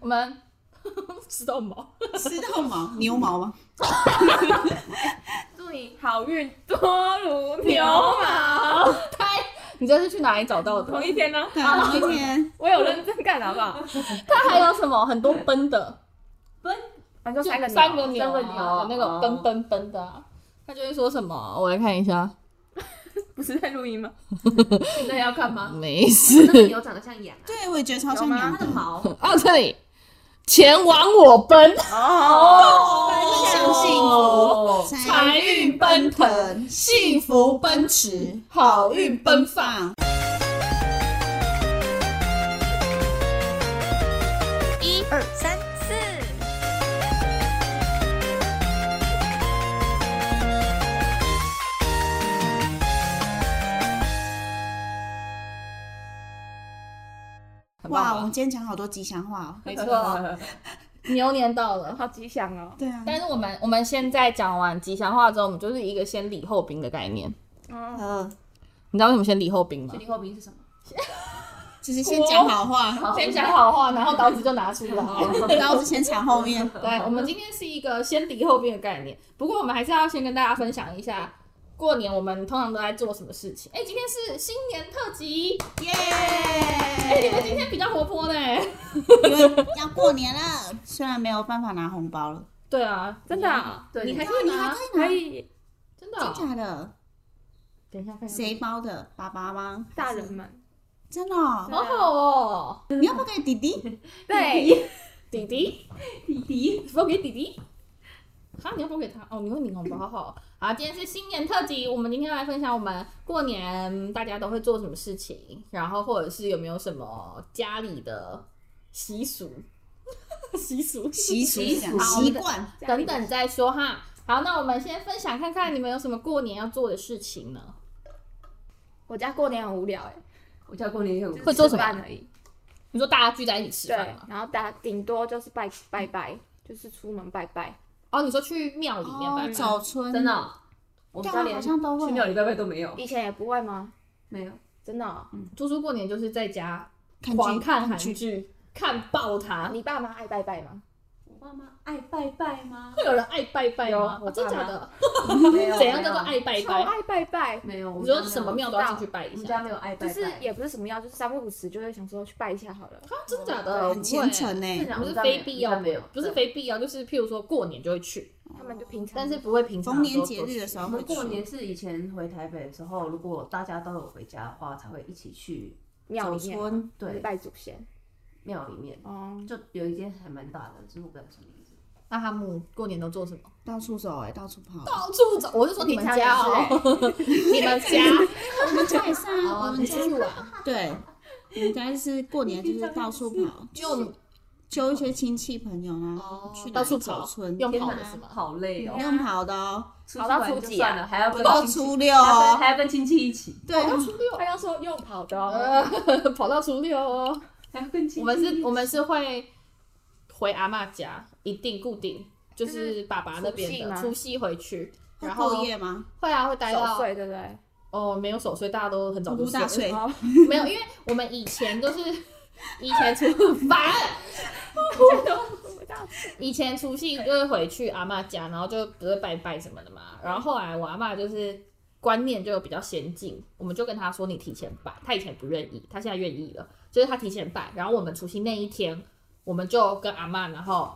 我们 吃到毛，吃到毛，牛毛吗？祝你好运多如牛毛。你这是去哪里找到的同？一天呢，对，啊，今天我有认真看，好不 好？它还有什么很多奔的，反正就三 个三个牛，牛啊，有那哦种奔奔奔的啊。他就会说什么？我来看一下，不是在录音吗？现在要干 嘛？没事 那个牛长得像羊啊，对我也觉得超有像吗羊它的毛啊，这里，前往我奔，哦奔向幸哦福，财运奔腾，幸福奔驰，好运奔放。放。一二三四。很棒哇，我吧们今天讲好多吉祥话哦。没错， 牛年到了。好吉祥哦。对啊，但是我们我们现在讲完吉祥话之后，我们就是一个先礼后兵的概念。嗯，呃，你知道为什么先礼后兵吗水？力后兵是什么？就是先讲好话，先讲好话，然后刀子就拿出来。 刀子先藏后面。 对，我们今天是一个先礼后兵的概念。不过我们还是要先跟大家分享一下，过年我们通常都在做什么事情。哎、今天是新年特辑，耶！哎、你们今天比较活泼呢。因为要过年了，虽然没有办法拿红包了，对啊，真的啊，对你还可那以你还拿，可可以以啊真的拿，哦、真假的？等一下看一下，谁包的？爸爸吗？大人们，真的哦？好好哦，你要不要给弟弟？对，弟弟，弟弟，分给弟弟。好，你要分给他哦，你会领红包，好好。好，今天是新年特辑，我们今天来分享我们过年大家都会做什么事情，然后或者是有没有什么家里的习俗、 习俗、习俗是这样、好习惯，等等再说哈。好，那我们先分享看看你们有什么过年要做的事情呢？我家过年很无聊哎，我家过年也有会做什么吃饭而已。你说大家聚在一起吃对饭吗，？然后大家顶多就是拜拜拜，就是出门拜拜。哦，你说去庙里面拜哦，拜走村真的，哦，我们大家家好连像都去庙会里拜拜都没有，以前也不会吗？没有。真的哦，猪猪过年就是在家看狂剧，看韩剧，看爆它。你爸妈爱拜拜 吗？我爸妈爱拜拜吗？会有人爱拜拜吗？有哦真的我爸假妈 的？没有怎样叫做？爱拜啊超拜？爱拜拜，没有没有，我你们说家什么没有庙都要进去拜我一们下？啊家没有爱拜就拜，是也不是什么药，就是三不五时就会想说去拜一下好了。啊，真的假的？很虔诚呢、是这样不我会，不是们家没有非必要我们家没有不是非必要，就是譬如说过年就会去，他们就平常，但是不会平常逢的时年候节做日的时我候会们去过年是以前回台北的时候，如果大家都有回家的话，才会一起去庙走里面啊村，就是对拜祖先。庙里面，哦，就有一间还蛮大的，只是我不知道什么名字。那他们过年都做什么？到处走哎、到处跑。到处走，我是说你们家哦， 你们家我们家也是啊， 我哦，们你家出去玩，对，我们家是过年就是到处跑，就我们揪一些亲戚朋友哦啊，去到处跑走村，用跑天的哪是吗？好累哦，用跑的哦，出跑去到玩初就几算啊了，还要跟到亲戚初六还要跟哦，还要跟亲戚一起，对，初六，他要说用跑的哦，呃， 跑到初六哦。还要跟亲戚。我们是，我们是会回阿嬷家，一定固定，就是爸爸那边除夕的吗除夕回去，会然后过夜吗？会啊，会待守到岁对不对？哦，没有守岁，大家都很早就五大睡水了。然后 没有，因为我们以前都是以前除烦， 以前除夕就是回去阿嬷家，然后就不是拜拜什么的嘛。然后后来我阿嬷就是观念就比较先进，我们就跟她说你提前拜，她以前不愿意，她现在愿意了，就是她提前拜。然后我们除夕那一天，我们就跟阿嬷，然后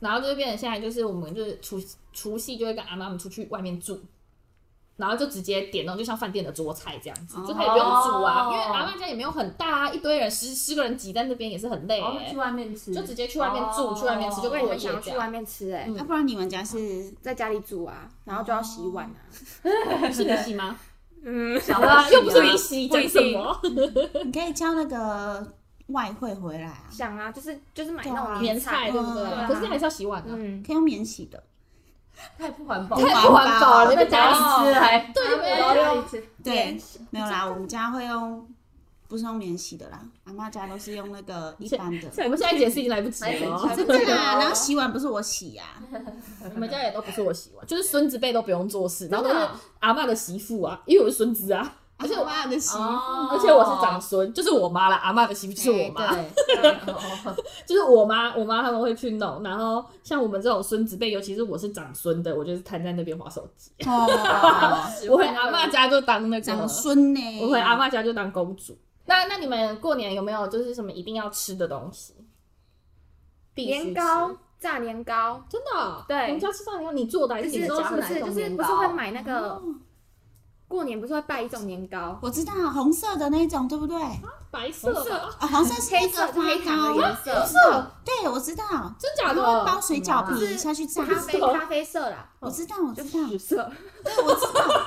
然后就变成现在就是我们就是除除夕就会跟阿妈们出去外面住，然后就直接点那种就像饭店的桌菜这样子，就他也不用煮啊，哦因为阿妈家也没有很大啊，一堆人十十个人挤在那边也是很累、我们去欸，外面吃，就直接去外面住，哦去外面吃就我过也很夜想要这去样。外面吃哎，嗯啊，不然你们家是在家里煮啊，然后就要洗碗啊。 是你洗吗？嗯，想好啦，要啊又不是一你起洗，不讲一定什么？你可以交那个外汇回来啊，想啊，就是就是买那对啊种棉菜对不对嗯？可是还是要洗碗啊。嗯，可以用免洗的，啊太不环保了，太不环保了，那个家啊里哦吃还对没有要一起对，没有啦，我们家会用，不是用免洗的啦，阿妈家都是用那个一般的。我们现在解释已经来不及来不及了来哦，不及对啦，啊然后洗碗不是我洗啊呀、我们家也都不是我洗碗，就是孙子辈都不用做事，然后都真是的阿嬷的媳妇啊，因为我是孙子啊。啊，而且我妈的媳妇， 哦而且我是长孙，就是我妈啦，阿妈的媳妇就是我妈，哎嗯就是我妈，我妈他们会去弄。然后像我们这种孙子辈，尤其是我是长孙的，我就是瘫在那边划手机。对，啊哦，我回阿妈家就当那个长，孙呢？我回啊阿妈家就当公主。嗯那那你们过年有没有就是什么一定要吃的东西？必须吃年糕，炸年糕，真的哦、对我们家吃炸年糕，你做的还就是哎你是们不家的？是哪一是种就是年不糕是会买那个哦过年不是会拜一种年糕，我知道红色的那种，对不对？啊，白色红色的，红色是那黑色个是黑花糖糕的颜色，色，对，我知道，真假它的？会包水饺什么皮啊下去炸。咖啡红色咖啡色啦，我知道，我就知道，紫色，对，我知道。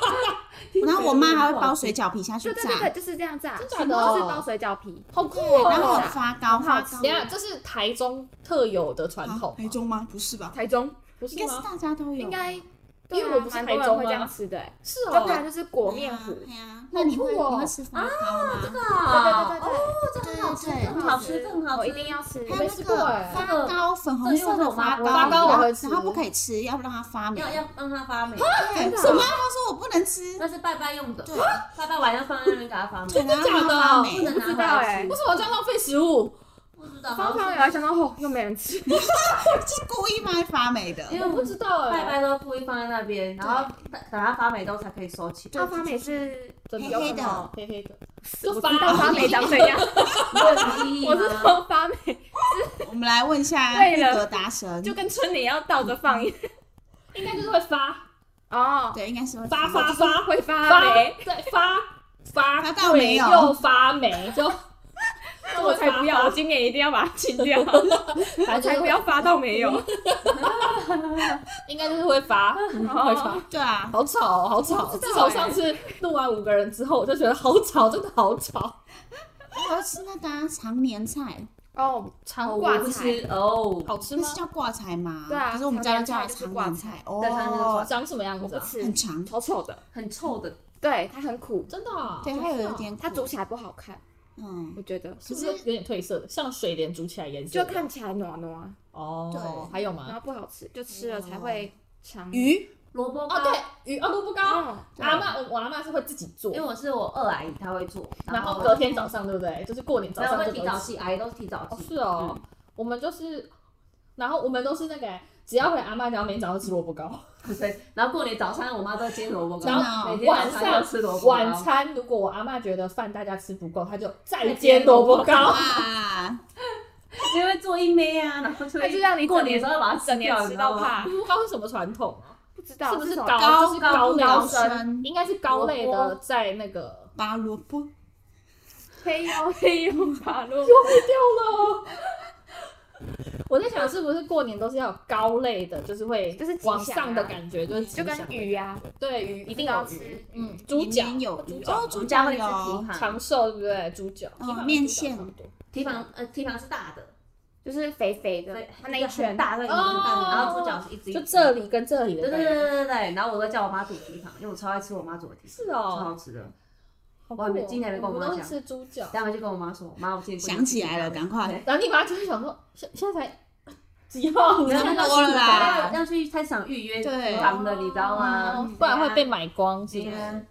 然后我妈还会包水饺皮下去对炸对，对对，就是这样炸，真就假的是包水饺皮，好酷对然后哦！有发糕，很好发吃糕等一。下，这是台中特有的传统吗，台中吗？不是吧？台中不应是该是吗？大家都有，应该。因为对啊我不是蛮多台中人会啊这样吃的、欸，是就不然哦，就是裹面糊，对啊。那你会啊好酷哦你会吃发糕吗？对对对对对，对对很好吃，更好吃，我一定要吃。还有没吃那过个哎发糕，粉红色的发糕，发糕我会吃然后不可以吃，要让它发霉。要要让它发啊霉，对，的我妈都说我不能吃，那是拜拜用的对，拜拜完要放在那边给它发对，霉，然后让它发不霉。能拿不知道回来欸吃为什么这样浪费食物？不知道，芳芳好有像来想到，哦，又没人吃，是故意卖发霉的。 因为我我不们知道哎，拜拜都故意放在那边，然后等它发霉之后才可以收起。 阿发美是真的黑黑的黑黑的，我就知发道发霉长怎样，有意义我是吗？说发霉我们来问一下对了那个达神，就跟春联要倒着放一样应该就是会发哦，对，应该是会发发发会发发霉，，对发发发到没有对又发霉，就那我才不要，我今年一定要把它清掉， 我反正才不要发到没有，应该就是会发， 会发哦。对啊，好吵、哦，好吵！我不知自道从欸上次录完五个人之后，我就觉得好吵，真的好吵。我要吃那个啊常年菜，哦，长挂我不菜吃哦，好吃那吗是？叫挂菜吗？对啊可是我们家都叫它常年常年菜菜是挂菜对它是挂哦，长什么样我子、不啊？吃很，长，丑丑的，很臭的，对，它很苦，真的啊、对，它有一点苦，它煮起来不好看，嗯，我觉得。是不是有点褪色的，像水莲煮起来颜色就一样？看起来暖暖，哦对，还有然吗？后不好吃，就吃了才会尝。鱼萝卜哦，糕。对，鱼哦萝卜糕，哦，阿妈我我阿妈是会自己做因为，我是我二阿姨，她会做，然后隔隔天早上对不对？就是过年早然后上会就提都早吃起，阿姨都是提早哦，起。是哦，我们就是，然后我们都是那个、只要回阿妈家，每天早上吃萝卜 糕。嗯对，然后过年早餐我妈都煎萝卜糕，然后每天晚晚上上都吃萝卜糕。晚餐，如果我阿妈觉得饭大家吃不够，她就再煎萝卜糕。哇，因为做一妹啊， 然后就它会就让你过过年年的时候把它整年掉， 你吃知道到吗？ 怕，萝卜糕是什么传统啊？不知道是不是搞高就是高类高的，升应该是高类萝卜的，在那个拔萝卜，黑腰黑腰马 路？掉了。我在想是不是过年都是要有高类的，就是会就是吉祥啊往上的感觉，就是吉就跟祥的鱼啊呀，对鱼一定要要吃吃，嗯，猪脚明明有猪鱼脚哦，我猪们家脚会吃有蹄，长膀，寿对不对？猪脚哦蹄膀跟面猪脚线差不多蹄膀呃蹄膀是大的，就是肥肥的对，，它那一圈很大，对，一个很大的，然后猪脚是一只，就这。里跟这里的对感对对觉，对对对，然后我都叫我妈煮蹄膀，因为我超爱吃我妈煮的蹄膀，是超哦，好吃的。好我还没酷哦今年还没跟我我妈们都是讲吃猪脚，待会就跟我妈说，妈，我今天不能想起来了，吃赶快，对然后你妈就会想说，现现在才几号没有呢？差不多了啦要去菜市场预约对扛的，你知道吗？哦不然会被买光之今类的。天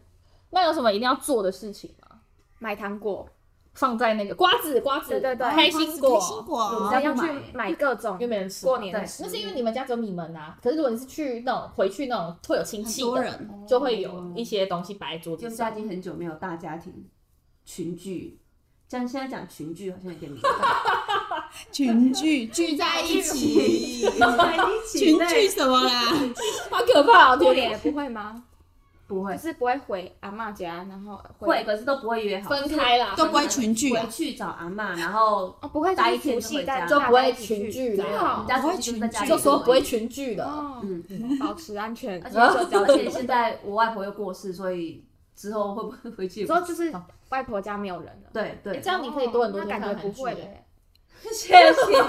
那有什么一定要做的事情吗？买糖果，放在那个瓜子，瓜子，对对对开心开果。心我们然家果，后不要买去买各种因为没人吃嘛，过年的对食物那是因为你们家只有你们呐、可是如果你是去那种回去那种会有亲很戚多的，人，就会有一些东西摆在桌就子是家上。已经很久没有大家庭群聚，这样现在讲群聚好像有点敏感。群聚聚在一 起，群群聚什么啦？好可怕哦！过天年哪，也不会吗？不 就会是不会回阿嬷家，然后会，可是都不会约好，分开啦，都不会群聚啊回，去找阿妈，然后哦，不会待一天就是除就夕回带家就大不家会一起群去聚真的啦我们哦家群聚就是在家里就说不会群聚的。哦，嗯，保持安全，而且然后 社交而且距现离。在我外婆又过世，所以之后会不会回去之？后就是外婆家没有人了，对对， 这样你可以多很多哦天那看感觉不韩剧会耶了。哎谢谢。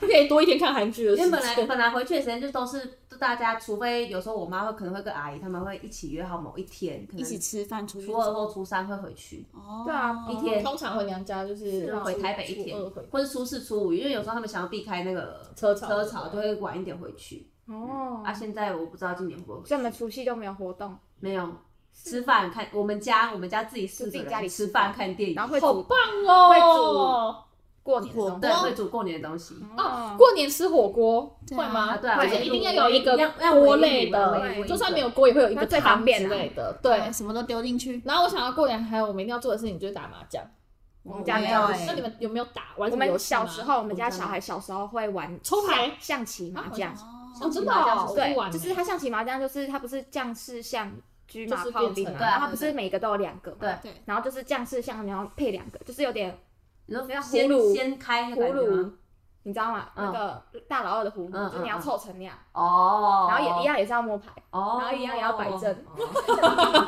不可以多一天看韩剧的因为时本来间。本来回去的时间就都是就大家，除非有时候我妈会可能会跟阿姨他们会一起约好某一天，可一起能吃饭出去初二或初三会回去，哦，对啊一天通常回娘家就是是哦回台北一天初二回或是初四初五，因为有时候他们想要避开那个车潮车潮，就会晚一点回去。啊哦啊，，现在我不知道今年会不会回去所以我们除夕就没有活动，没有，吃饭看我们家我们家自己四就自己个家里人吃吃饭饭看电影，然后会好煮棒哦！会煮过年的对东西会煮过年的东西。哦，哦，过年吃火锅嗯对会啊吗？啊对啊就是围一炉定要有一个要要锅围炉类围的炉围，炉就算没有锅也会有一个那最汤方便之啊类的。对，什么都丢进去。然后我想要过年还有我们一定要做的事情就是打麻将。我们家没我有哎没有欸那你们有没有打玩我什么游们戏吗小时候，我们家我不知道小孩小时候会玩抽牌象、象棋、麻将。哦，哦真的哦，我对不，玩欸，就是它象棋麻将，就是它不是将士象、车就马是炮变兵成嘛，啊对然后它对不对是每个都有两个嘛，对对然后就是将士象，然后配两个，就是有点你说那葫先芦先开的葫感觉吗芦，你知道吗？那嗯个大老二的葫芦，嗯就是你嗯要嗯凑成那样，哦，然后也一，样也是要摸牌，哦，然后一样也要摆正哦，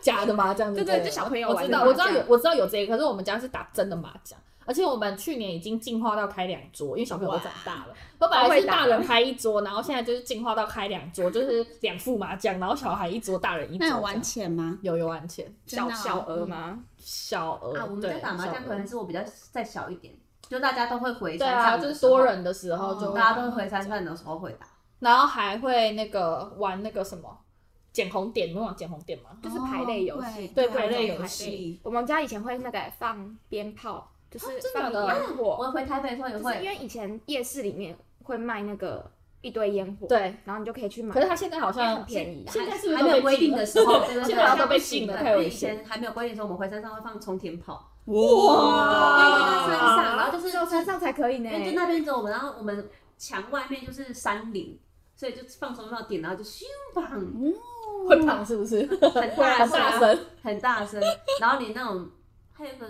假的麻将，对对对就小朋友我玩知的道，我知麻道将有，我知道有这个，可是我们家是打真的麻将，而且我们去年已经进化到开两桌，因为小朋友都长大了。我本来是大人开一桌，然后现在就是进化到开两桌，就是两副麻将，然后小孩一桌，大人一桌这那样。有玩钱吗？有有玩钱，小真的哦小额吗？小额啊，我们家对打麻小将额可能是我比较再小一点，就大家都会回对山啊，上，就是多，人的时候就哦会嗯大家都会回山上的时候会打。然后还会那个玩那个什么捡红点，你们玩捡红点吗？就是排类游戏嗯哦对对排类游排戏戏。我们家以前会那个欸放鞭炮，就是真的放假的烟火，我回台北的时候也就是因会，为以前夜市里面会卖那个一堆烟火，，对，然后你就可以去买可。是他现在好像哎很便宜啊现在是不是还都没有被规禁定了的时候，对对对，现在好像都被禁禁了，了。太因为危以险。前还没有规定的时候，我们回山上会放冲天炮，哦因为就在山哇上，然后就是只有山上才可以呢因，为就那边只有我们，然后我们墙外面就是山林，所以就放松到点，然后就咻砰，会胖是不是？很大很大，声，很大声。然后你那种还有一个，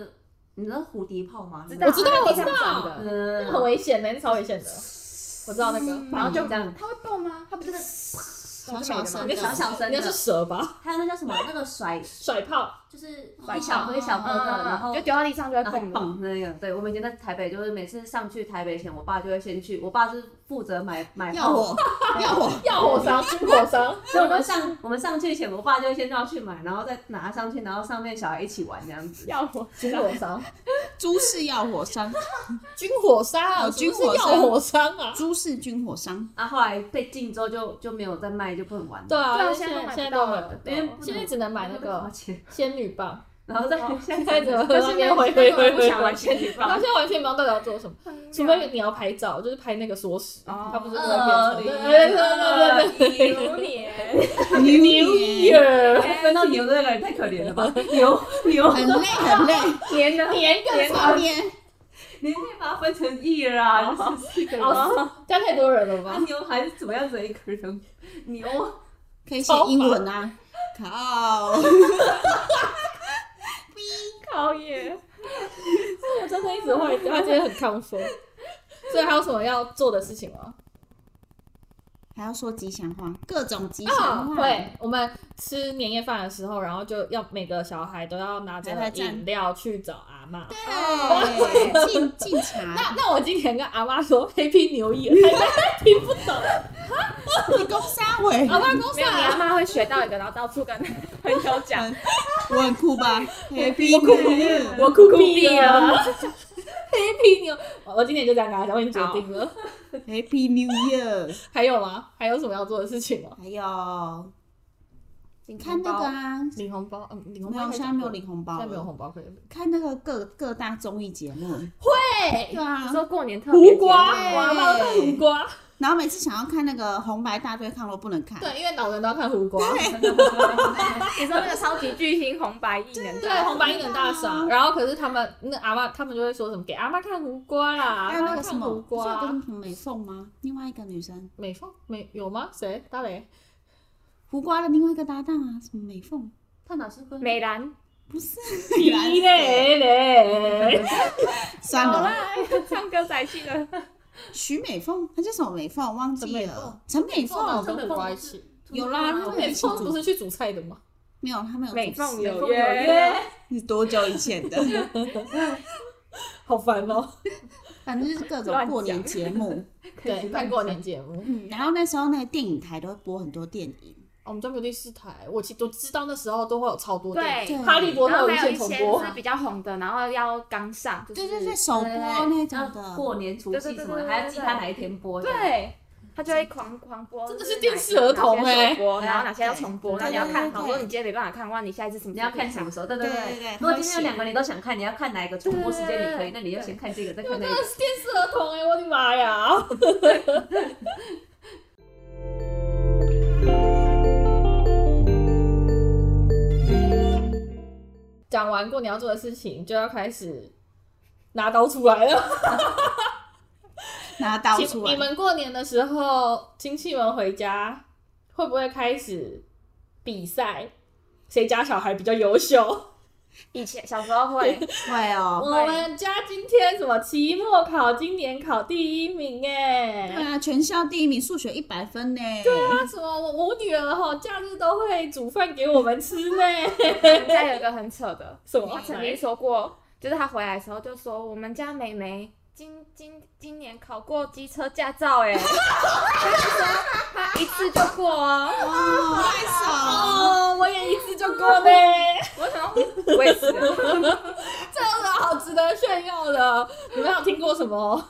你知道蝴蝶炮吗？知我知道它我在地上知嗯道转的，嗯，很危险的，那超危险的。我知道那个，然后就这样，它会动吗？它不是小小声那的，小小声应该是的，蛇吧？还有那叫什么？那个甩，甩炮，就是甩一小颗一小嗯颗的，然后嗯就丢到地上就会然后蹦了。蹦那个。对，我们以前在台北，就是每次上去台北前，我爸就会先去，我爸是负责买买要炮我，要我，要火伤，出火伤。所以我们上我们上去前，我爸就会先绕去买，然后再拿上去，然后上面小孩一起玩这样子。要火，军火伤，诸事要火伤，军火伤，哦军军是火要伤火伤啊！诸事军火 商。啊，后来被禁之后就就没有再卖，就不能玩。对啊，对啊现现在在都买现在不都到买了不因为到不，能现在只能买那要被个罚钱仙女棒。然后再哦现开在始怎么喝那边回回回回想回玩，仙女然后棒现，在完全不知道到底要做什么，除非你要拍照，就是拍那个缩时，哦它不是都在二变成零对对对对对对对榴莲，牛年 Year 分到牛那个人太可怜了 吧？牛牛，很累很累，年呢？年更后长，面你可以把它分成亿了啊，就是这个人。哦，加太多人了啊吧？牛还是怎么样子的一个人？牛可以写英文啊。靠，烤耶，我真的一直会，他今天很亢奋。 所以还有什么要做的事情吗？还要说吉祥话，各种吉啊祥，话。对，我们吃年夜饭的时候，然后就要每个小孩都要拿着来来站啊饮料去找阿妈。对，哎敬敬那 茶，那我今天跟阿妈说 Happy New Year，她听不懂。你公沙尾，阿妈公司没有啊你阿妈会学到一个，然后到处跟朋友讲，我很酷吧 ？Happy 我酷 New Year 我酷毙了， 黑皮牛，我我今天就这样跟他讲，我已经决定了。 Happy New Year。还有吗？还有什么要做的事情吗？还有，你看那个啊，领红包，嗯，领红没包有，现在没有领红红包现在没有了。红包可以领。看那个各各大综艺节目，对，对啊你，说过年特别胡节啊目瓜，对我阿妈看胡瓜，然后每次想要看那个红白大对抗都不能看，对，因为老人都要看胡瓜。你说那个超级巨星红白艺人，对，红白一人大傻。然后可是他们那阿妈，他们就会说什么给阿妈看胡瓜啦，还有那阿个嬷什看胡么，不是有瓜。跟美凤吗？另外一个女生，美凤美有吗？谁？大雷？胡瓜的另外一个搭档啊，什么美凤？他哪是跟美兰，不是，皮 嘞嘞，算好啊了，啦，哦 唱歌仔戏的，徐美凤，她叫什么美凤？忘记了，陈美凤凤跟胡瓜一起。有啦，她 们美一起凤不组，是去煮菜的吗？没有，她没有美组凤织有约约，是多久以前的？好烦哦。反正就是各种乱过年讲节目，对，看过年节目。嗯，然后那时候那个电影台都会播很多电影，哦我们专门有第四台，我其实都知道那时候都会有超多电影对对哈利波然特》后无还限有一重些播是，比较红的，然后要刚上，就是对对对，首播那种要的，啊过年除夕什么对对对对的，对还要记他哪一天播。，对，他就会狂狂播，真的就是电视哪儿童哪些欸首播，然后对哪些要重播，对然后你要对看，对好对多你今天没办法看，哇，你下一次什么你时候要可以看什么时候？对对对对对如果今天有会两个你都想看，你要看哪一个重播时间你可以，那你就先看这个，再看那个。电视儿童哎、我的妈呀！ 讲完过年要做的事情，就要开始拿刀出来了。拿刀请出你来，们过年的时候，亲戚们回家会不会开始比赛？谁家小孩比较优秀？以前小时候会，会哦。我们家今天什么期末考，今年考第一名哎、对啊，全校第一名，数学一百分呢。啊，什么我我女儿哈、假日都会煮饭给我们吃呢？我们家有一个很扯的， 什么他曾经说过，就是他回来的时候就说，我们家妹妹今今今年考过机车驾照， 哎，他就说他一次就过哦。哇，快手！哦，我也一次就过 呢，我想说，嗯我也是，这有什么好值得炫耀的？你们有听过什 么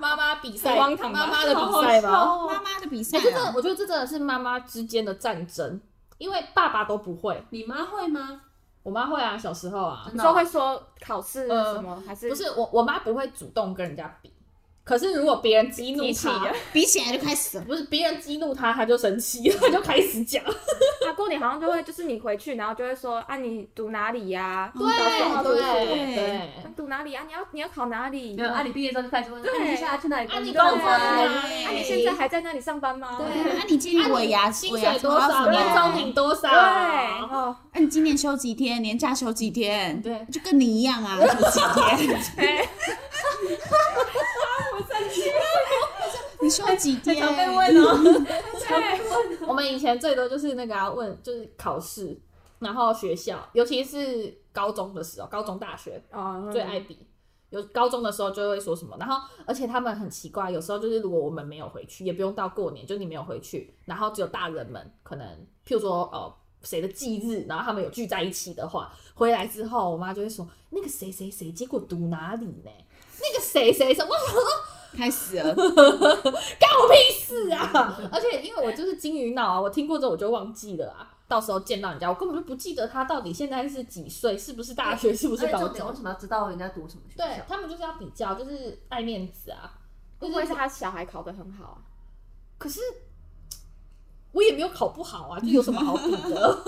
妈妈比赛、荒唐妈吧妈的比赛吗？妈妈的比赛哎、啊，这真的，我觉得这真的是妈妈之间的战争，因为爸爸都不会，你妈会吗？我妈会啊，小时候啊，真你的说哦会说考试呃什么，还是不是我我妈不会主动跟人家比，可是如果别人激啊怒机器啊她的。？比起来就开始了。不是别人激怒她，她就生气，她就开始讲。他过年好像就会，就是你回去，然后就会说啊，你读哪里呀、对小时候读书对对。啊读哪里啊？你要你要考哪里？没有，啊，你毕业之后就开始问，对那你接下来去哪里啊工你作工作啊？对啊，你现在还在那里上班吗？对啊，那你今年尾牙，薪尾牙水多少？抽到什么年终领多少？对，啊哦，那你今年休几天？年假休几天？对就跟你一样啊，休 几天？哎，你休几天？常被问哦。我们以前最多就是那个、啊、问，就是考试，然后学校，尤其是高中的时候，高中大学哦，嗯最爱比。有高中的时候就会说什么，然后而且他们很奇怪，有时候就是如果我们没有回去，也不用到过年，就你没有回去，然后只有大人们可能，譬如说哦谁的忌日，然后他们有聚在一起的话，回来之后我妈就会说那个谁谁谁，结果读哪里呢？那个谁谁谁，我想说开始了，干我屁事啊！ 而且因为我就是金鱼脑啊，我听过之后我就忘记了啊。到时候见到人家，我根本就不记得他到底现在是几岁，是不是大学，是不不是高重点，为中？哎什么要知道人家读什么学对校？他们就是要比较，就是爱面子啊。会不会是他小孩考得很 好啊？可是我也没有考不好啊，就有什么好比的？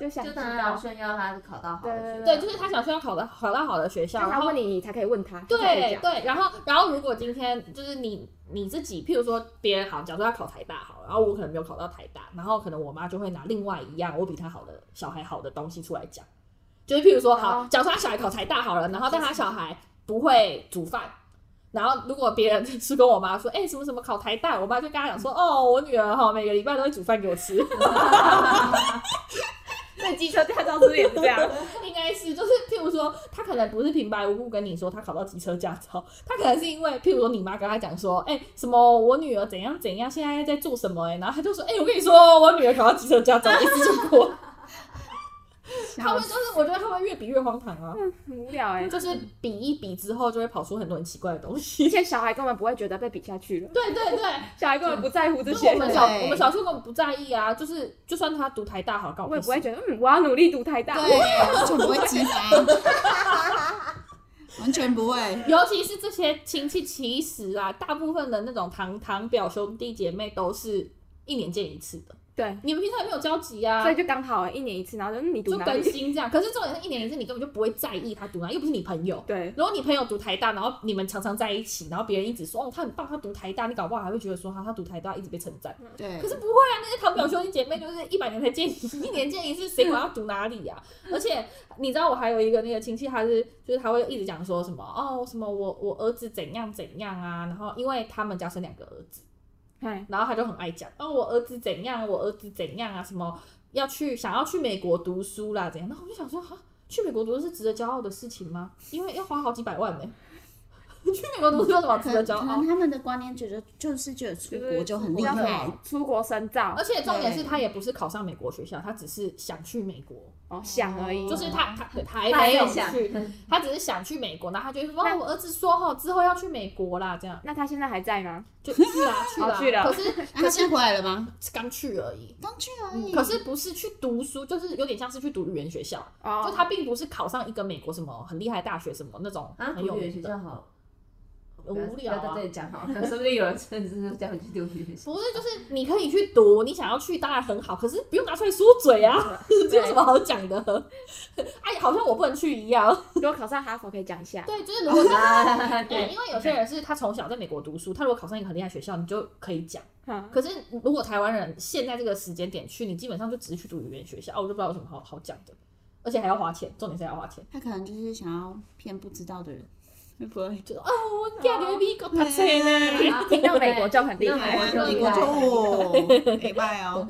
就想就知当然要道，炫耀他考到好的学校。对，就是他想要考的考到好的学校，但然他后问你，你才可以问他，他才可以对讲对，然后然后如果今天就是你你自己，譬如说别人好，假如说要考台大好了，然后我可能没有考到台大，然后可能我妈就会拿另外一样我比她好的小孩好的东西出来讲，就是譬如说好哦，假如说他小孩考台大好了，然后但他小孩不会煮饭。然后，如果别人 是跟我妈说，哎、什么什么考台大，我妈就跟他讲说，哦，我女儿哈、每个礼拜都会煮饭给我吃，所以机车驾照是不 啊是也 是这样？ 应该是就是，譬如说，他可能不是平白无故跟你说他考到机车驾照，他可能是因为，譬如说你妈跟他讲说，哎、什么我女儿怎样怎样，现在在做什么、哎，然后他就说，哎、我跟你说，我女儿考到机车驾 照，一次就过。他们就是，我觉得他们越比越荒唐啊，很无聊 哎，就是比一比之后，就会跑出很多很奇怪的东而西。且小孩根本不会觉得被比下去了，对对对，小孩根本不在乎这就是些我，们对小我们小时候根本不在意啊，就是就算他读台大好，搞我也不会觉得，嗯，我要努力读台大，对，就不会激发，完全不会。尤其是这些亲戚，其实啊，大部分的那种堂堂表兄弟姐妹都是一年见一次的，对，你们平常也没有交集啊所以，就刚好一年一次，然后就嗯你就读哪更里？新这样。可是重点是一年一次，你根本就不会在意他读哪，又不是你朋友。对，如果你朋友读台大，然后你们常常在一起，然后别人一直说哦他很棒，他读台大，你搞不好还会觉得说哈他读台大一直被称赞。对可，是不会啊，那些堂表兄弟姐妹就是一百年才见一次一年见一次，谁管要读哪里呀、啊而且你知道我还有一个那个亲戚，他是就是他会一直讲说什么哦什么我我儿子怎样怎样啊，然后因为他们家生两个儿子，哎，然后他就很爱讲哦我儿子怎样，我儿子怎样啊，什么要去想要去美国读书啦怎样，那我就想说哈。去美国读书是值得骄傲的事情吗？因为要花好几百万呢、 去美国读书有什么值可得能骄可傲能？他们的观念觉得就是觉得出就是国就很厉出国害，，出国深造而且重点是他也不是考上美国学校，他只是想去美国，哦，想而已，就是他他他还嗯他还没有在想嗯去，他只是想去美国，然后他就说哇，那我儿子说哈之后要去美国啦，这样那他现在还在吗？就去 啦去啦，哦去了可是啊、他现在回来了吗？嗯刚去而已。刚去而已。可是不是去读书，就是有点像是去读语言学校，哦，就他并不是考上一个美国什么很厉害的大学什么那种啊，很读有语言名学的，校好很无聊不要在啊这。里讲好了，说不定有人真的是这样去读语言学校。不是，就是你可以去读，你想要去当然很好，可是不用拿出来说嘴啊， 这有什么好讲的？ 哎，好像我不能去一样。如果考上哈佛可以讲一下，对，就是如果啊，对，对，因为有些人是他从小在美国读书，他如果考上一个很厉害的学校，你就可以讲。嗯可是如果台湾人现在这个时间点去，你基本上就只是去读语言学校，哦，我就不知道有什么好好讲的，而且还要花钱，重点是还要花钱。他可能就是想要骗不知道的人，会不会？就是哦，我嫁给你个拍车呢。听到美 国就很厉那美国害，就美国就哦，礼拜哦。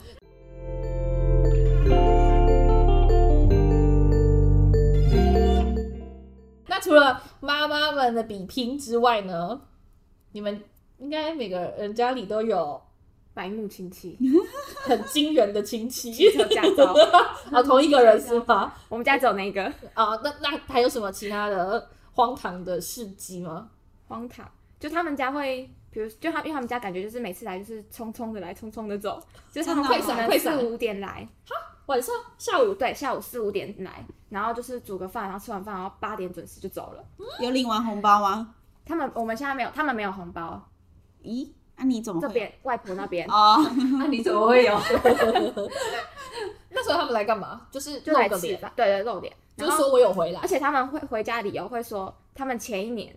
那除了妈妈们的比拼之外呢，你们应该每个人家里都有白目亲戚，很惊人的亲戚。汽车驾照，啊，同一个人是吗？我们家只有那个啊，那那还有什么其他的荒唐的事迹吗？荒唐，就他们家会。比如，就他，因为他们家感觉就是每次来就是匆匆的来，匆匆的走，就是他们会真的可哦能会闪四五点来，晚上、下午对，下午四五点来，然后就是煮个饭，然后吃完饭，然后八点准时就走了。有领完红包吗？他们我们现在没有，他们没有红包，咦，那、你怎么这会有？边外婆那边哦，啊那你怎么会有？那时候他们来干嘛？就是就露来个吃脸，饭，对对，露脸。就然是后，说我有回来而。且他们会回家的理由会说，他们前一年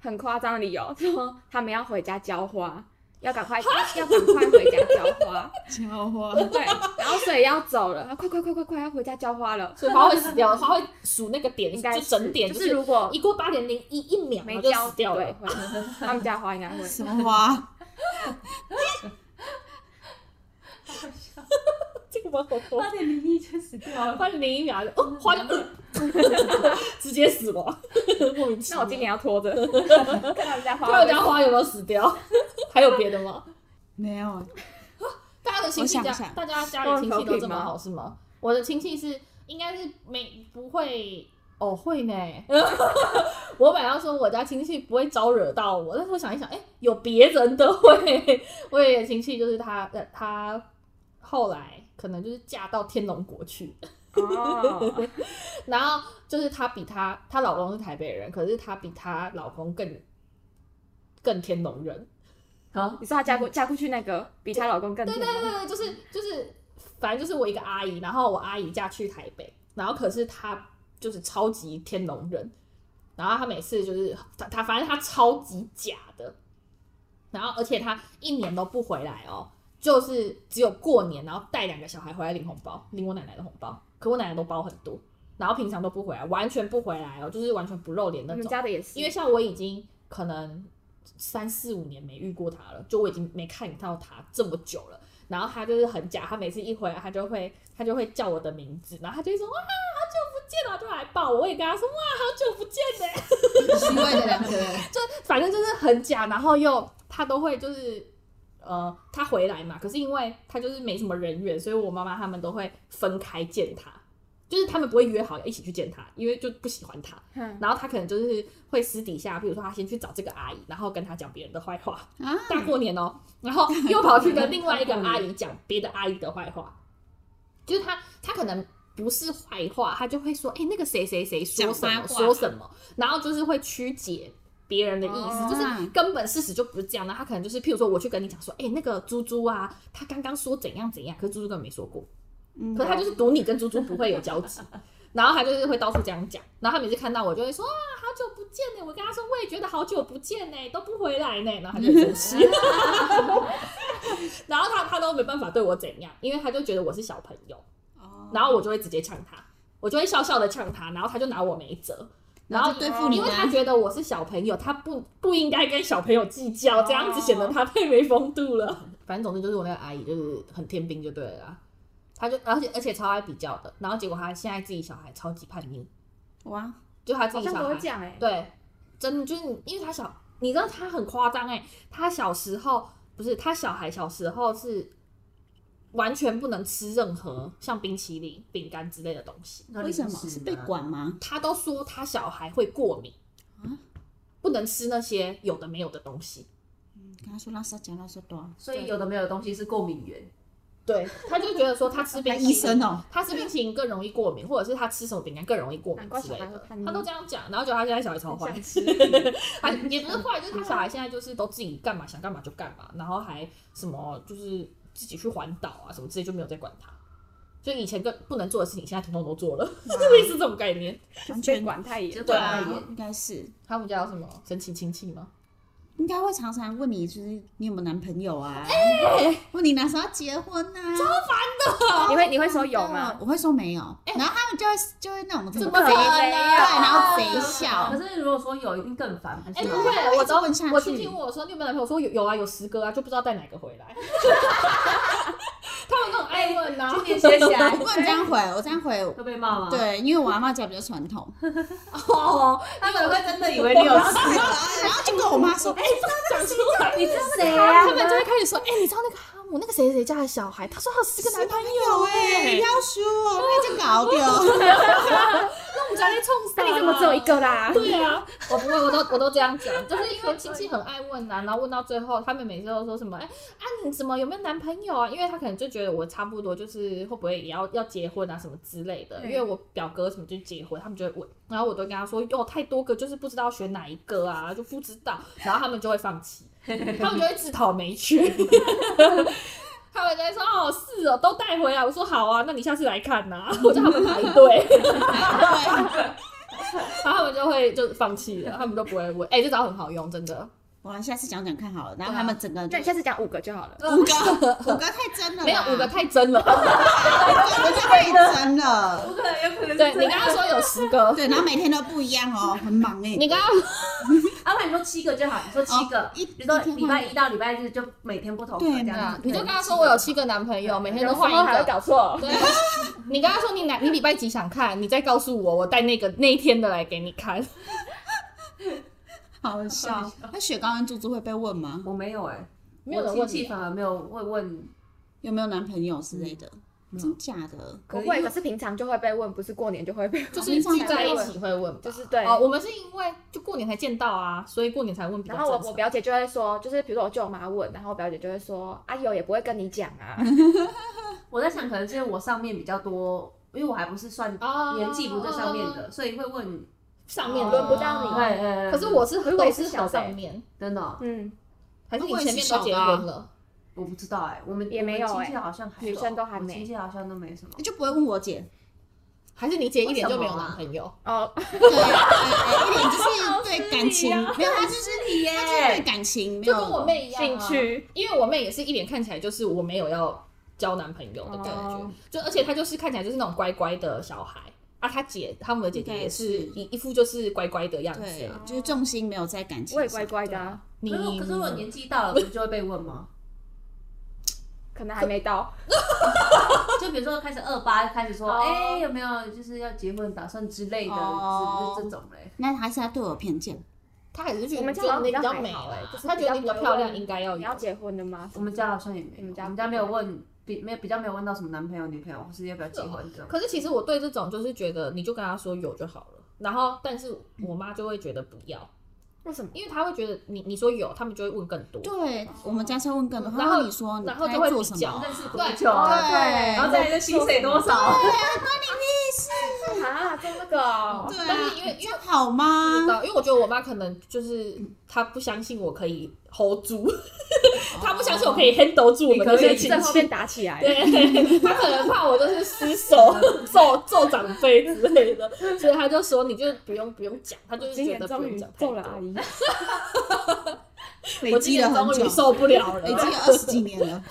很夸张的理由说他们要回家浇花，要赶快要赶快回家浇花，浇花。 对，然后所以要走了，啊快快快快快要回家浇花了，所以花会死掉，花会数那个点，应该就是整点，就就是如果一过八点零一一秒，然没后就浇死掉对，了。会他们家花应该 会。什么花？这个我好多，八点零一就死掉了。八点零一秒，哦，花就直接死亡，莫名其那妙。我今年要拖 着，看他们家花看我会不家会。花有没有死掉？还有别的吗？没有，大家的亲戚我家想一，下大家家里亲戚都这么好是吗？我的亲戚是应该是没不会。哦，会呢。 我本来要说我家亲戚不会招惹到我，但是我想一想，哎、有别人的会。 我有一个亲戚就是他，呃他后来可能就是嫁到天龙国去，哦，然后就是她比她她老公是台北人，可是她比她老公更更天龙人。好，你说她嫁过嫁过去那个比她老公更对甜对吗对对，就是就是，反正就是我一个阿姨，然后我阿姨嫁去台北，然后可是她就是超级天龙人，然后她每次就是她她反正她超级假的，然后而且她一年都不回来哦，就是只有过年，然后带两个小孩回来领红包，领我奶奶的红包，可我奶奶都包很多。然后平常都不回来，完全不回来哦，就是完全不露脸那你们种。家的也是，因为像我已经可能三四五年没遇过他了，就我已经没看到他这么久了。然后他就是很假，他每次一回来，他就会他就会叫我的名字，然后他就会说哇，好久不见了，就来抱我。我也跟他说哇，好久不见呢、虚伪的两个人。就反正就是很假，然后又他都会就是呃，他回来嘛，可是因为他就是没什么人缘，所以我妈妈他们都会分开见他，就是他们不会约好要一起去见他，因为就不喜欢他。嗯然后他可能就是会私底下，比如说他先去找这个阿姨，然后跟他讲别人的坏话，啊大过年哦，然后又跑去跟另外一个阿姨讲别的阿姨的坏话，就是他他可能不是坏话，他就会说，哎、那个谁谁谁说什讲么八卦说什么，然后就是会曲解别人的意思，哦就是根本事实就不是这样的。他可能就是，譬如说我去跟你讲说，哎、那个猪猪啊，他刚刚说怎样怎样，可是猪猪根本没说过，嗯可是他就是赌你跟猪猪不会有交集，然后他就是会到处这样讲，然后他每次看到我就会说啊，好久不见呢、我跟他说我也觉得好久不见呢、都不回来呢、然后他就很生气， 然后他他都没办法对我怎样，因为他就觉得我是小朋友，哦然后我就会直接呛他，我就会笑笑的呛他，然后他就拿我没辙。然后然后就对付你因为吗他觉得我是小朋友，他不不应该跟小朋友计较，这样子显得他太没风度了。哦 反正总之就是我那个阿姨就是很天兵就对了啦，她就而且而且超爱比较的，然后结果她现在自己小孩超级叛逆，哇，就她自好己像小都会孩讲哎，对，真的就是因为她小你知道他很夸张哎，他小时候不是他小孩小时候是完全不能吃任何像冰淇淋、饼干之类的东西。为什么是被管？管吗？他都说他小孩会过敏啊不能吃那些有的没有的东西。嗯跟他说拉萨加拉萨多，所以有的没有的东西是过敏源，对，他就觉得说他吃冰还淇医淋生哦，他吃冰淇淋更容易过敏，或者是他吃什么饼干更容易过敏难怪之类小孩会的叛逆，他都这样讲，然后结果他现在小孩超坏想，吃他也不是坏，就是他小孩现在就是都自己干嘛想干嘛就干嘛，然后还什么就是自己去环岛啊什么之类就没有再管他，所以以前更不能做的事情，现在统统都做了，类似这种概念。完被全管太就严。管太啊严。，应该是他们家有什么神奇亲戚吗？应该会常常问你，就是你有没有男朋友啊？问你哪时候结婚啊？你会你会说有哦吗？我会说没有，然后他们就会就会那种怎怎么么可对，能然后贼笑可，是如果说有，一定更烦。哎、还是不有会，我一直都问下去我亲戚问我说你有没有男朋友，我说有有啊，有十个啊，就不知道带哪个回来。 他们那种爱问呐、啊，今天歇起来我不能这样回，我这样回，会被骂吗？，对，因为我阿妈家比较传统， 哦，他们会真的以为 你有哎事。然后就跟我妈说，讲出来，哎你知道谁啊他们就会开始说，哎、你知道那个哈姆那个谁谁家的小孩，他说他有十个男朋友，有哎，你要输哦，那就搞 掉，那我们家在冲啥、啊那你怎么只有一？个啦？对啊， 我不会，我都我都这样 讲，就是因为亲戚很爱问啊，然后问到最后，他们每次都说什么，哎、啊你怎么有没有男朋友啊？因为他可能就觉得我差不多就是会不会也要要结婚啊什么之类的，嗯因为我表哥什么就结婚，他们就会问，然后我都跟他说，有太多个就是不知道选哪一个啊，就不知道，然后他们就会放 弃，他们就会自讨没 趣。他们就会说哦是哦，都带回来。我说好啊，那 你下次来看呐、我叫他们排队。对，然后他们就会就放弃了，他们都不会问。哎、这招很好用，真的。我下次讲讲看好了，然后他们整个那你下次讲五个就好了。五个五个太真了，没有五个，太真了。五个太真了，不可能，有可能。 对你刚刚说有十个，对，然后每天都不一样哦，很忙 哎，你刚哦刚阿啊伟，你说七个就好，你说七个，一比如说一天换礼拜一到礼拜日就每天不同对这样嘛子。啊你就跟他说我有七个男朋友，每天都换有时候还一会个。搞错。对，啊 你刚刚说你哪你礼拜几想看，你再告诉我，我带那个那一天的来给你看。好笑。那雪糕跟猪猪会被问吗？我没有哎， 没有人我问亲戚你，啊反而没有会问，有没有男朋友之类的？真假的？不可会，以可是平常就会被问，不是过年就会被问。就是聚在一起会问吧，就是对哦，我们是因为就过年才见到啊，所以过年才问比较然正后常。我我表姐就会说，就是比如说我舅妈问，然后我表姐就会说，啊有也不会跟你讲 啊，我在想，可能是我上面比较多，因为我还不是算哦年纪不在上面的，所以会问。上面轮不到哦你对，对可是我是如果都你是是小小的上面，真的哦嗯，还是你啊前面都结婚了？我不知道哎，我们也没有我哎们亲戚好像还女生都还没我亲戚好像都没什么你。就不会问我姐？还是你姐一点就没有男朋友？哦， 对，对一点就是对感情没有，他就是耶他就是对感情没就有跟我妹一样、兴，趣，因为我妹也是一脸看起来就是我没有要交男朋友的感觉，哦就而且她就是看起来就是那种乖乖的小孩啊，她姐他们的姐姐也是应该是一一副就是乖乖的样子对啊。，就是重心没有在感情我也上乖。乖的啊，你可是我可是我年纪到了，不是就会被问吗？可能还没到，就比如说开始二八，开始说哦哎、有没有就是要结婚打算之类的，哦只是这种嘞。那还是他对我有偏见，她还是觉我得你们觉家得好像你比较还美好啦欸就是她觉得你比比较较不会漂亮，问应该要你有要结婚了吗？我们家好像也没有，你们家我们家没有问，比没有比较没有问到什么男朋友、女朋友，或是要不要结婚这种。可是其实我对这种就是觉得你就跟她说有就好了，然后但是我妈就会觉得不要，为什么？因为她会觉得你你说有，他们就会问更多。对我们家是要问更多，然后他问你说你然后就在会做比什较么？认识多哦对久啊？对然后再来就薪水多少？啊，做那个哦， 对但是因为啊，这样好吗不知？道，啊因为我觉得我妈可能就是她不相信我可以 hold 住，哦她不相信我可以 handle 住我们这些在亲后戚面。打起来，对，她可能怕我就是失 手揍揍长辈之类的，所以她就说你就不用不用讲，她就是今觉年得不终用于讲太揍多了阿。姨，我累今积了年很终久于，受不了 累积了，了二十几年了。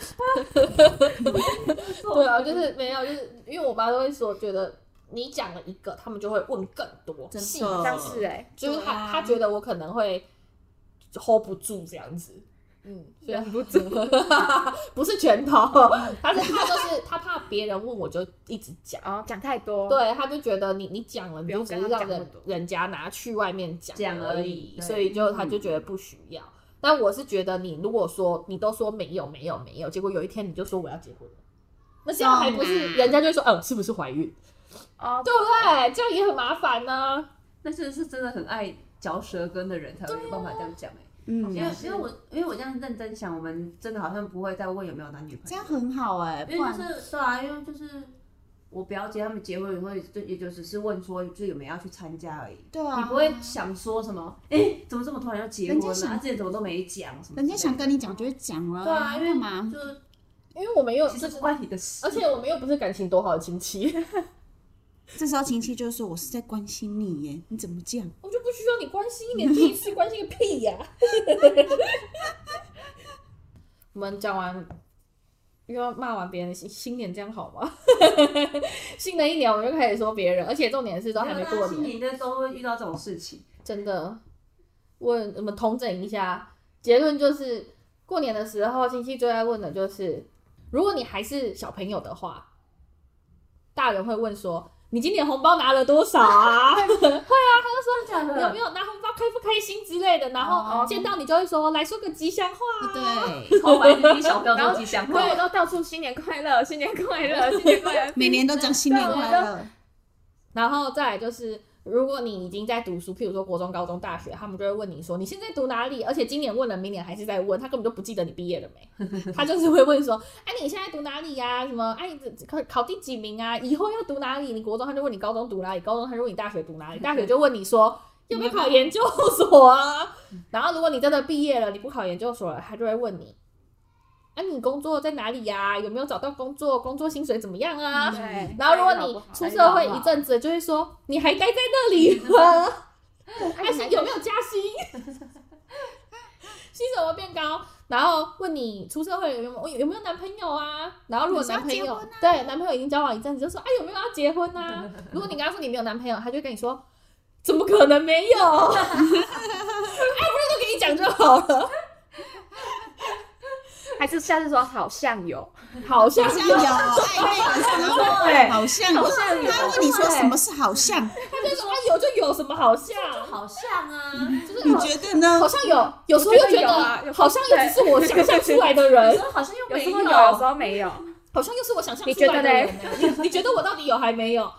对啊，就是没有，就是因为我妈都会说，觉得你讲了一个，他们就会问更多真的细像是哎，就是对他啊他觉得我可能会 hold 不住这样子，嗯，忍不住， 不是拳头， 他是怕就是他怕别人问我就一直讲，哦，讲太多，，对，他就觉得你你讲了，你不就用只跟是他让讲那人么多人家拿去外面讲讲而而已，已所对以就他就觉得不需要。但我是觉得你如果说你都说没有没有没有，结果有一天你就说我要结婚了，那这样还不懂是啦人家就会说嗯是不是怀孕，哦，对不对？这样也很麻烦呢、那真的是真的很爱嚼舌根的人才会有办法这样讲哎、嗯，因为因为我因为我这样认真想，我们真的好像不会再问有没有男女朋友，这样很好哎，因不为然就是对啊，因为就是我表姐他们结婚也会就也就只是问说就有没有要去参加而已，对啊，你不会想说什么？哎、怎么这么突然要结婚人家呢、想啊？之前怎么都没讲什么之类的？人家想跟你讲就会讲了，对啊，因为干嘛？就是因为我们又其就实是不关你的事，而且我们又不是感情多好的亲戚，这时候亲戚就说：“我是在关心你耶，你怎么这样我就不需要你关心，你第一次关心个屁呀、 我们讲完，又要骂完别人新新年，这样好吗？ 新的一年我们就开始说别人，而且重点是都还没过新年，年的时候会遇到这种事情，真的。问我们统整一下，结论就是过年的时候，亲戚最爱问的就是，如果你还是小朋友的话，大人会问说。你今年红包拿了多少啊？ 真 的有没有拿红包开不开心之类的，然后哦见到你就会说来说个吉祥话，？”哦对，超白自己小朋友然后都吉祥朋友话，都到处新年快乐，新年快乐，新年快 ，乐每年都讲新年快乐，然后再来就是。如果你已经在读书，譬如说国中、高中、大学，他们就会问你说你现在读哪里，而且今年问了，明年还是在问，他根本就不记得你毕业了没，他就是会问说，哎、你现在读哪里呀、什么，哎、你考考第几名啊？以后要读哪里？你国中他就问你高中读哪里，高中他就问你大学读哪里，大学就问你说要不要考研究所啊？然后如果你真的毕业了，你不考研究所了，他就会问你，啊，你工作在哪里呀、有没有找到工作？工作薪水怎么样啊？ 对，然后如果你出社会一阵子，就会说你还待在那里吗？开还是有没有加薪？ 薪水有没有变高？然后问你出社会有没有有没有男朋友啊？然后如果男朋有没友、有要结婚对男朋友已经交往一阵子，就说哎有没有要结婚啊？如果你跟他说你没有男朋友，他就跟你说怎么可能没有？ 哎，不是都给你讲就好了，还是下次说好像有，好像好像有暧昧的时候，对， 好像有好像有他问你说什么是好像，他就说啊有就有什么好像，好像啊，就是你觉得呢好？像有，有时候又觉我觉得有啊得有好像又只是我想象出来的有人时，候好像又有没时候有，有时候没有，好像又是我想象你出来觉的得人嘞欸、你你觉得我到底有还没 有？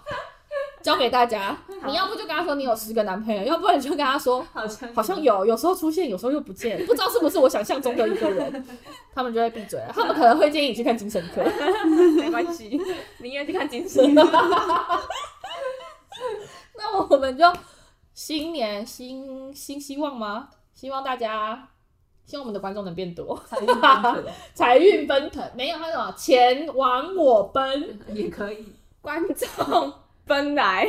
交给大家，你要不就跟他说你有十个男朋友，要不然你就跟他说好像好像有，有时候出现，有时候又不见，不知道是不是我想象中的一个 人，他们就会闭嘴了。他们可能会建议你去看精神科。 没关系，宁愿去看金星。那我们就新年新新希望吗？希望大家，希望我们的观众能变 多。财运奔财运奔腾，没有，他什么钱往我奔，腾也可以，观众奔来，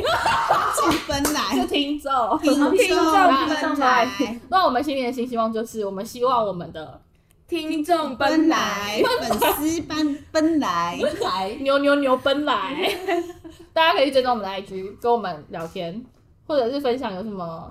众分来是，听众。 听众听众分分来来，那我们新年的新希望就是，我们希望我们的听众奔奔来，来，粉丝奔奔来，来牛牛牛奔来， 大家可以追踪我们的 IG，跟我们聊天，或者是分享有什么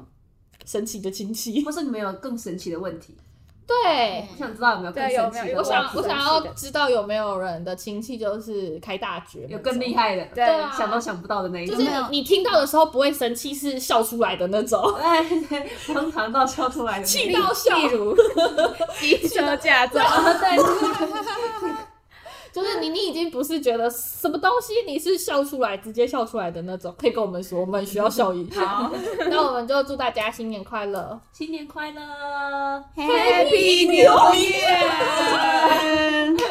神奇的亲戚。或是你们有更神奇的问题，对，我想知道有没有更对有神奇没有的我问想题，我想要知道有没有人的亲戚就是开大绝，有更厉，害的，对啊想都想不到的那一就种是。你你听到的时候不会生气，是笑出来的那 种，哎，荒唐到笑出来的那种，气到笑。例如机车驾照， 就是你，你已经不是觉得什么东西，你是笑出来，直接笑出来的那种，可以跟我们说，我们需要笑一下。好 那我们就祝大家新年快乐，新年快乐！ Happy New Year！